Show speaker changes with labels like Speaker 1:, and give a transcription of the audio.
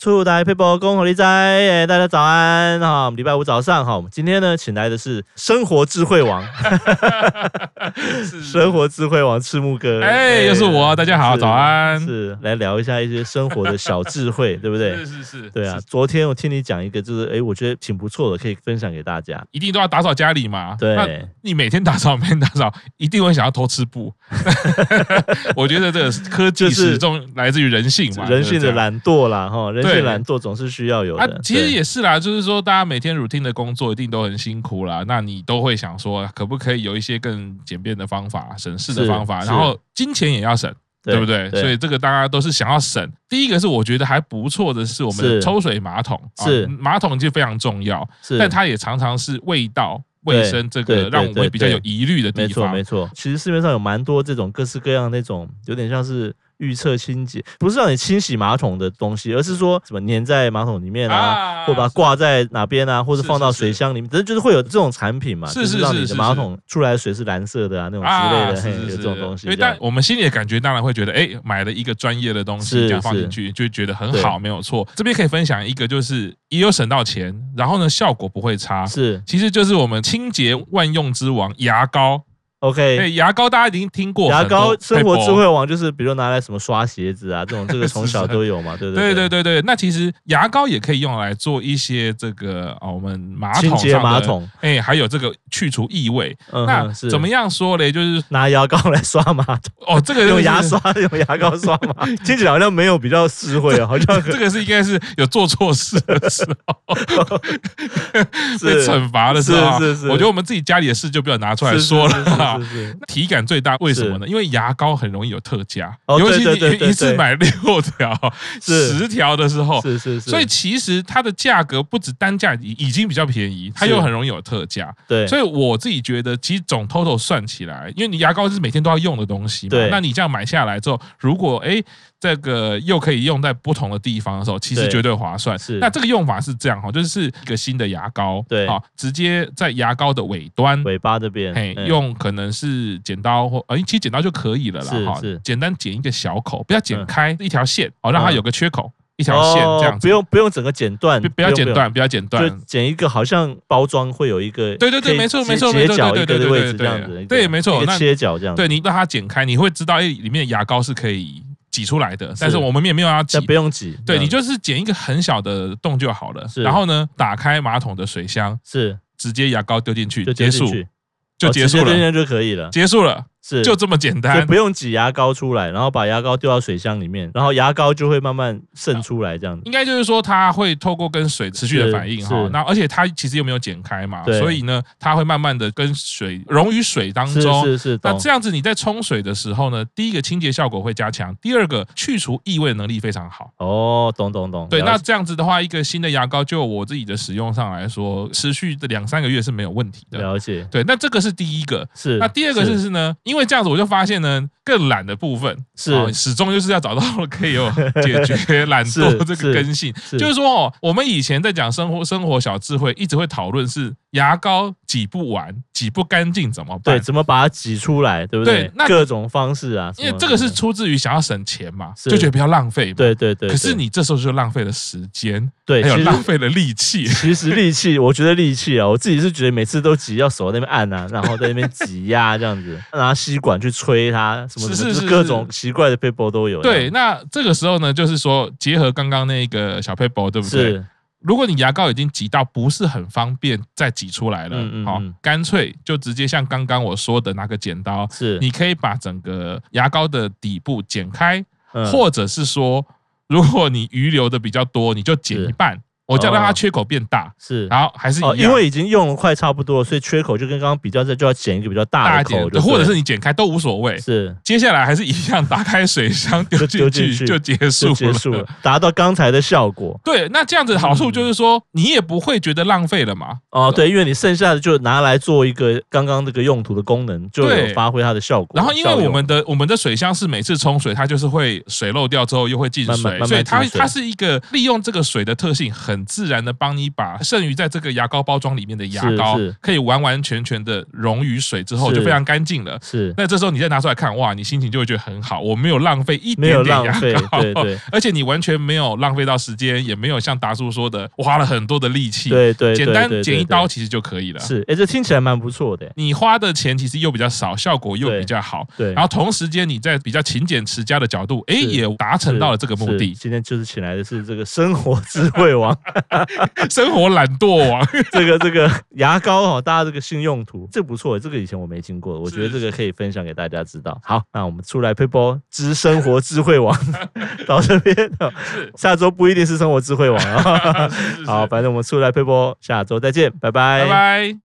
Speaker 1: 出来配播恭候你在，哎，大家早安哈、我们礼拜五早上哈、我们今天呢请来的是生活智慧王，
Speaker 2: 是
Speaker 1: 生活智慧王赤木哥，
Speaker 2: 哎，又是我，大家好，
Speaker 1: 是
Speaker 2: 早安。
Speaker 1: 是来聊一下一些生活的小智慧，对不对
Speaker 2: 是？是是，
Speaker 1: 对啊
Speaker 2: 是，，
Speaker 1: 昨天我听你讲一个，就是哎，我觉得挺不错的，可以分享给大家。
Speaker 2: 一定都要打扫家里嘛。那
Speaker 1: 对，
Speaker 2: 你每天打扫，每天打扫，一定会想要偷 吃布。我觉得这个科技
Speaker 1: 就是
Speaker 2: 始终来自于人性嘛，
Speaker 1: 人性的
Speaker 2: 就是这样。
Speaker 1: 懒惰啦，哈，人性
Speaker 2: 对
Speaker 1: 懒惰总是需要有
Speaker 2: 啊
Speaker 1: 的。，
Speaker 2: 其实
Speaker 1: 对
Speaker 2: 也是啦，就是说，大家每天 routine 的工作一定都很辛苦啦，那你都会想说，可不可以有一些更简便的方法、省事的
Speaker 1: 是
Speaker 2: 方法，
Speaker 1: 是
Speaker 2: 然后金钱也要省，对不对？所以这个大家都是想要省。第一个是我觉得还不错的是我们
Speaker 1: 是
Speaker 2: 的抽水马桶，啊
Speaker 1: 是
Speaker 2: 马桶就非常重要，
Speaker 1: 是，
Speaker 2: 但它也常常是味道、卫生这
Speaker 1: 对对
Speaker 2: 个让我
Speaker 1: 对
Speaker 2: 们比较
Speaker 1: 对
Speaker 2: 有疑虑的
Speaker 1: 没
Speaker 2: 地
Speaker 1: 错
Speaker 2: 方
Speaker 1: 没。错，其实市面上有蛮多这种各式各样的那种，有点像是预测清洁，不是让你清洗马桶的东西，而是说什么粘在马桶里面啊。
Speaker 2: 啊
Speaker 1: 或把它挂在哪边啊，或者放到水箱里面，只是就是会有这种产品嘛，
Speaker 2: 是
Speaker 1: 就是
Speaker 2: 是
Speaker 1: 让你
Speaker 2: 是
Speaker 1: 的
Speaker 2: 是
Speaker 1: 马
Speaker 2: 是
Speaker 1: 桶出来的水是蓝色的啊，那种之
Speaker 2: 啊，是
Speaker 1: 类的，嘿
Speaker 2: 是
Speaker 1: 有
Speaker 2: 是，
Speaker 1: 这种东西
Speaker 2: 因
Speaker 1: 这样。
Speaker 2: 为但我们心里的感觉当然会觉得，哎，买了一个专业的东西
Speaker 1: 是
Speaker 2: 这样放
Speaker 1: 是
Speaker 2: 进去，就觉得很好，没有错。这边可以分享一个，就是也有省到钱，然后呢效果不会差。
Speaker 1: 是
Speaker 2: 其实就是我们清洁万用之王牙膏，
Speaker 1: OK，
Speaker 2: 对，牙膏大家已经听过
Speaker 1: 牙
Speaker 2: 哎很多
Speaker 1: 膏生活
Speaker 2: 配播
Speaker 1: 智慧网就是比如拿来什么刷鞋子啊，这种这个从
Speaker 2: 是
Speaker 1: 小
Speaker 2: 是
Speaker 1: 都有嘛，对对
Speaker 2: 对对对对，那其实牙膏也可以用来做一些这个哦，我们马桶
Speaker 1: 清洁
Speaker 2: 上的
Speaker 1: 马，桶，
Speaker 2: 哎，还有这个去除异味。
Speaker 1: 嗯
Speaker 2: 那
Speaker 1: 哼，是
Speaker 2: 怎么样说嘞？就是
Speaker 1: 拿牙膏来刷马桶？
Speaker 2: 哦，这个
Speaker 1: 用
Speaker 2: 就是
Speaker 1: 牙，刷， 用牙膏刷嘛， 听起来好像没有比较实惠哦，好像
Speaker 2: 这个是应该是有做 错事的时候被
Speaker 1: 是
Speaker 2: 惩罚的时候啊。
Speaker 1: 是是是
Speaker 2: 我觉得我们自己家里的事就不要拿出来
Speaker 1: 是是
Speaker 2: 说了
Speaker 1: 是
Speaker 2: 啊。
Speaker 1: 是是是
Speaker 2: 体感最大，为什么呢？因为牙膏很容易有特价，
Speaker 1: 哦
Speaker 2: 尤其
Speaker 1: 对对对对
Speaker 2: 你
Speaker 1: 对
Speaker 2: 一次买六条、
Speaker 1: 是
Speaker 2: 十条的时候，
Speaker 1: 是是是，
Speaker 2: 哦所以其实它的价格不止单价已已经比较便宜，它
Speaker 1: 是
Speaker 2: 又很容易有特价。
Speaker 1: 对，
Speaker 2: 所以我自己觉得，其实总 total 算起来，因为你牙膏是每天都要用的东西嘛
Speaker 1: 对，
Speaker 2: 那你这样买下来之后，如果诶这个又可以用在不同的地方的时候，其实
Speaker 1: 对
Speaker 2: 绝对划算
Speaker 1: 是。
Speaker 2: 那这个用法是这样哈，就是一个新的牙膏，
Speaker 1: 对
Speaker 2: 啊，直接在牙膏的尾端。
Speaker 1: 尾巴这边，
Speaker 2: 嘿
Speaker 1: 嗯，
Speaker 2: 用可能是剪刀或呃，其实剪刀就可以了啦
Speaker 1: 是，
Speaker 2: 哈
Speaker 1: 是，
Speaker 2: 简单剪一个小口，不要剪
Speaker 1: 嗯
Speaker 2: 开一条线哦，让它
Speaker 1: 嗯
Speaker 2: 有个缺口，一条线这样
Speaker 1: 哦
Speaker 2: 子，
Speaker 1: 不用不用整个剪断，
Speaker 2: 不不要
Speaker 1: 用
Speaker 2: 剪，断，不要剪
Speaker 1: 不用
Speaker 2: 断
Speaker 1: 就，剪一个，好像包装会有一个，
Speaker 2: 对对对
Speaker 1: 可以
Speaker 2: 没错
Speaker 1: 截
Speaker 2: 没错
Speaker 1: 截
Speaker 2: 没错
Speaker 1: 角一
Speaker 2: 对
Speaker 1: 个
Speaker 2: 对对
Speaker 1: 的位置这
Speaker 2: 对对
Speaker 1: 样子，
Speaker 2: 对
Speaker 1: 一个
Speaker 2: 对没错
Speaker 1: 一个
Speaker 2: 那
Speaker 1: 切角这样子，
Speaker 2: 对你让它剪开，你会知道，哎，里面的牙膏是可以挤出来的，但是我们也没有要挤
Speaker 1: 但。不用挤，
Speaker 2: 对
Speaker 1: 这
Speaker 2: 你
Speaker 1: 样
Speaker 2: 就是剪一个很小的洞就好了，
Speaker 1: 是
Speaker 2: 然后呢，打开马桶的水箱，
Speaker 1: 是
Speaker 2: 直接牙膏丢进去，
Speaker 1: 就
Speaker 2: 结
Speaker 1: 丢进
Speaker 2: 束
Speaker 1: 去
Speaker 2: 就
Speaker 1: 哦
Speaker 2: 结束
Speaker 1: 直接丢
Speaker 2: 了，
Speaker 1: 进去就可以了，
Speaker 2: 结束了，
Speaker 1: 是
Speaker 2: 就这么简
Speaker 1: 就
Speaker 2: 单
Speaker 1: 不。用挤牙膏出来，然后把牙膏丢到水箱里面，然后牙膏就会慢慢
Speaker 2: 啊
Speaker 1: 渗出来这样子。
Speaker 2: 应该就是说，它会透过跟水持续的反应
Speaker 1: 是
Speaker 2: 哈
Speaker 1: 是，
Speaker 2: 那而且它其实又没有剪开嘛，
Speaker 1: 对
Speaker 2: 所以呢，它会慢慢的跟水溶于水当
Speaker 1: 是
Speaker 2: 中，
Speaker 1: 是是，
Speaker 2: 那
Speaker 1: 懂
Speaker 2: 这样子你在冲水的时候呢，第一个清洁效果会加强，第二个去除异味的能力非常好。
Speaker 1: 哦，懂懂懂。
Speaker 2: 对，
Speaker 1: 了
Speaker 2: 那
Speaker 1: 解
Speaker 2: 这样子的话，一个新的牙膏，就我自己的使用上来说，持续的两三个月是没有问题的。
Speaker 1: 了解
Speaker 2: 对，那这个是第一个。
Speaker 1: 是。
Speaker 2: 那第二个是是呢，因为这样子我就发现呢，更懒的部分
Speaker 1: 是
Speaker 2: 哦始终就是要找到可以有解决懒惰
Speaker 1: 是
Speaker 2: 这
Speaker 1: 是
Speaker 2: 个根性。
Speaker 1: 是
Speaker 2: 就是说哦，我们以前在讲生活生活小智慧，一直会讨论是牙膏挤不完、挤不干净怎么办
Speaker 1: 对，？怎么把它挤出来，对不
Speaker 2: 对那
Speaker 1: 各种方式啊，什
Speaker 2: 因为
Speaker 1: 么
Speaker 2: 这个是
Speaker 1: 的
Speaker 2: 出自于想要省钱嘛，
Speaker 1: 是
Speaker 2: 就觉得不要浪费嘛。
Speaker 1: 对对对。
Speaker 2: 可是
Speaker 1: 对
Speaker 2: 你这时候就浪费了时间，
Speaker 1: 对，
Speaker 2: 还有
Speaker 1: 其
Speaker 2: 浪
Speaker 1: 实
Speaker 2: 费了力 气。
Speaker 1: 其实力气，我觉得力气啊，我自己是觉得每次都挤，要手在那边按啊，然后在那边挤压、这样子，拿吸管去吹它，什么
Speaker 2: 是
Speaker 1: 什么，就
Speaker 2: 是
Speaker 1: 是各
Speaker 2: 是
Speaker 1: 种奇怪的 paper 都有。
Speaker 2: 对，，那这个时候呢，就是说结合刚刚那个小 paper，对不对？
Speaker 1: 是
Speaker 2: 如果你牙膏已经挤到不是很方便再挤出来了
Speaker 1: 嗯嗯，
Speaker 2: 好
Speaker 1: 嗯，
Speaker 2: 干脆就直接像刚刚我说的拿个剪刀，
Speaker 1: 是，
Speaker 2: 你可以把整个牙膏的底部剪开，
Speaker 1: 嗯
Speaker 2: 或者是说，如果你余留的比较多，你就剪
Speaker 1: 是
Speaker 2: 一半，我就让它
Speaker 1: 哦
Speaker 2: 缺口变大，
Speaker 1: 是
Speaker 2: 然后还是一
Speaker 1: 哦，
Speaker 2: 样
Speaker 1: 因为已经用了快差不多了，所以缺口就跟刚刚比较在，就要剪一个比较大
Speaker 2: 大
Speaker 1: 的
Speaker 2: 一
Speaker 1: 口
Speaker 2: 点
Speaker 1: 就对了，
Speaker 2: 的，或者是你剪开都无所谓。
Speaker 1: 是
Speaker 2: 接下来还是一样，打开水箱丢
Speaker 1: 丢
Speaker 2: 进
Speaker 1: 进去
Speaker 2: 去就结束
Speaker 1: 就
Speaker 2: 了。
Speaker 1: 结束 了，达到刚才的效果。
Speaker 2: 对，那这样子好
Speaker 1: 嗯
Speaker 2: 处就是说，你也不会觉得浪费了嘛。
Speaker 1: 哦，对，因为你剩下的就拿来做一个刚刚这个用途的功能，就有
Speaker 2: 对
Speaker 1: 发挥它的效果。
Speaker 2: 然后，因为
Speaker 1: 效用
Speaker 2: 我们的我们的水箱是每次冲水，它就是会水漏掉之后又会进
Speaker 1: 慢慢慢
Speaker 2: 水，
Speaker 1: 慢
Speaker 2: 所以它
Speaker 1: 进水
Speaker 2: 它是一个利用这个水的特性很很自然的帮你把剩余在这个牙膏包装里面的牙膏
Speaker 1: 是是，
Speaker 2: 可以完完全全的溶于水之后，
Speaker 1: 是
Speaker 2: 就非常干净了。
Speaker 1: 是
Speaker 2: 那这时候你再拿出来看，哇，你心情就会觉得很好，我没有浪费一
Speaker 1: 没
Speaker 2: 点
Speaker 1: 有
Speaker 2: 点
Speaker 1: 浪
Speaker 2: 牙
Speaker 1: 费，
Speaker 2: 膏，
Speaker 1: 对对
Speaker 2: 而且你完全没有浪费到时间，也没有像达叔说的我花了很多的力气，
Speaker 1: 对对，
Speaker 2: 简
Speaker 1: 对
Speaker 2: 单
Speaker 1: 对
Speaker 2: 剪
Speaker 1: 对
Speaker 2: 一
Speaker 1: 对
Speaker 2: 刀啊其实就可以了。
Speaker 1: 是，哎，这听起来蛮不错的，
Speaker 2: 你花的钱其实又比较少，效果又
Speaker 1: 对
Speaker 2: 比较好，
Speaker 1: 对，
Speaker 2: 然后同时间你在比较勤俭持家的角度，哎，
Speaker 1: 是
Speaker 2: 也达成到了这个目
Speaker 1: 是
Speaker 2: 的。
Speaker 1: 今天就是请来的是这个生活智慧王，
Speaker 2: 生活懒惰 王，
Speaker 1: 这个这个牙膏哦，大家这个新用途，这不错，这个以前我没听过，我觉得这
Speaker 2: 是
Speaker 1: 个可以分享给大家知道。好，那我们出来 people 之生活智慧王 到这边哦，下周不一定是生活智慧王啊、
Speaker 2: 是是是
Speaker 1: 好，反正我们出来 people，下周再见，拜
Speaker 2: 拜拜。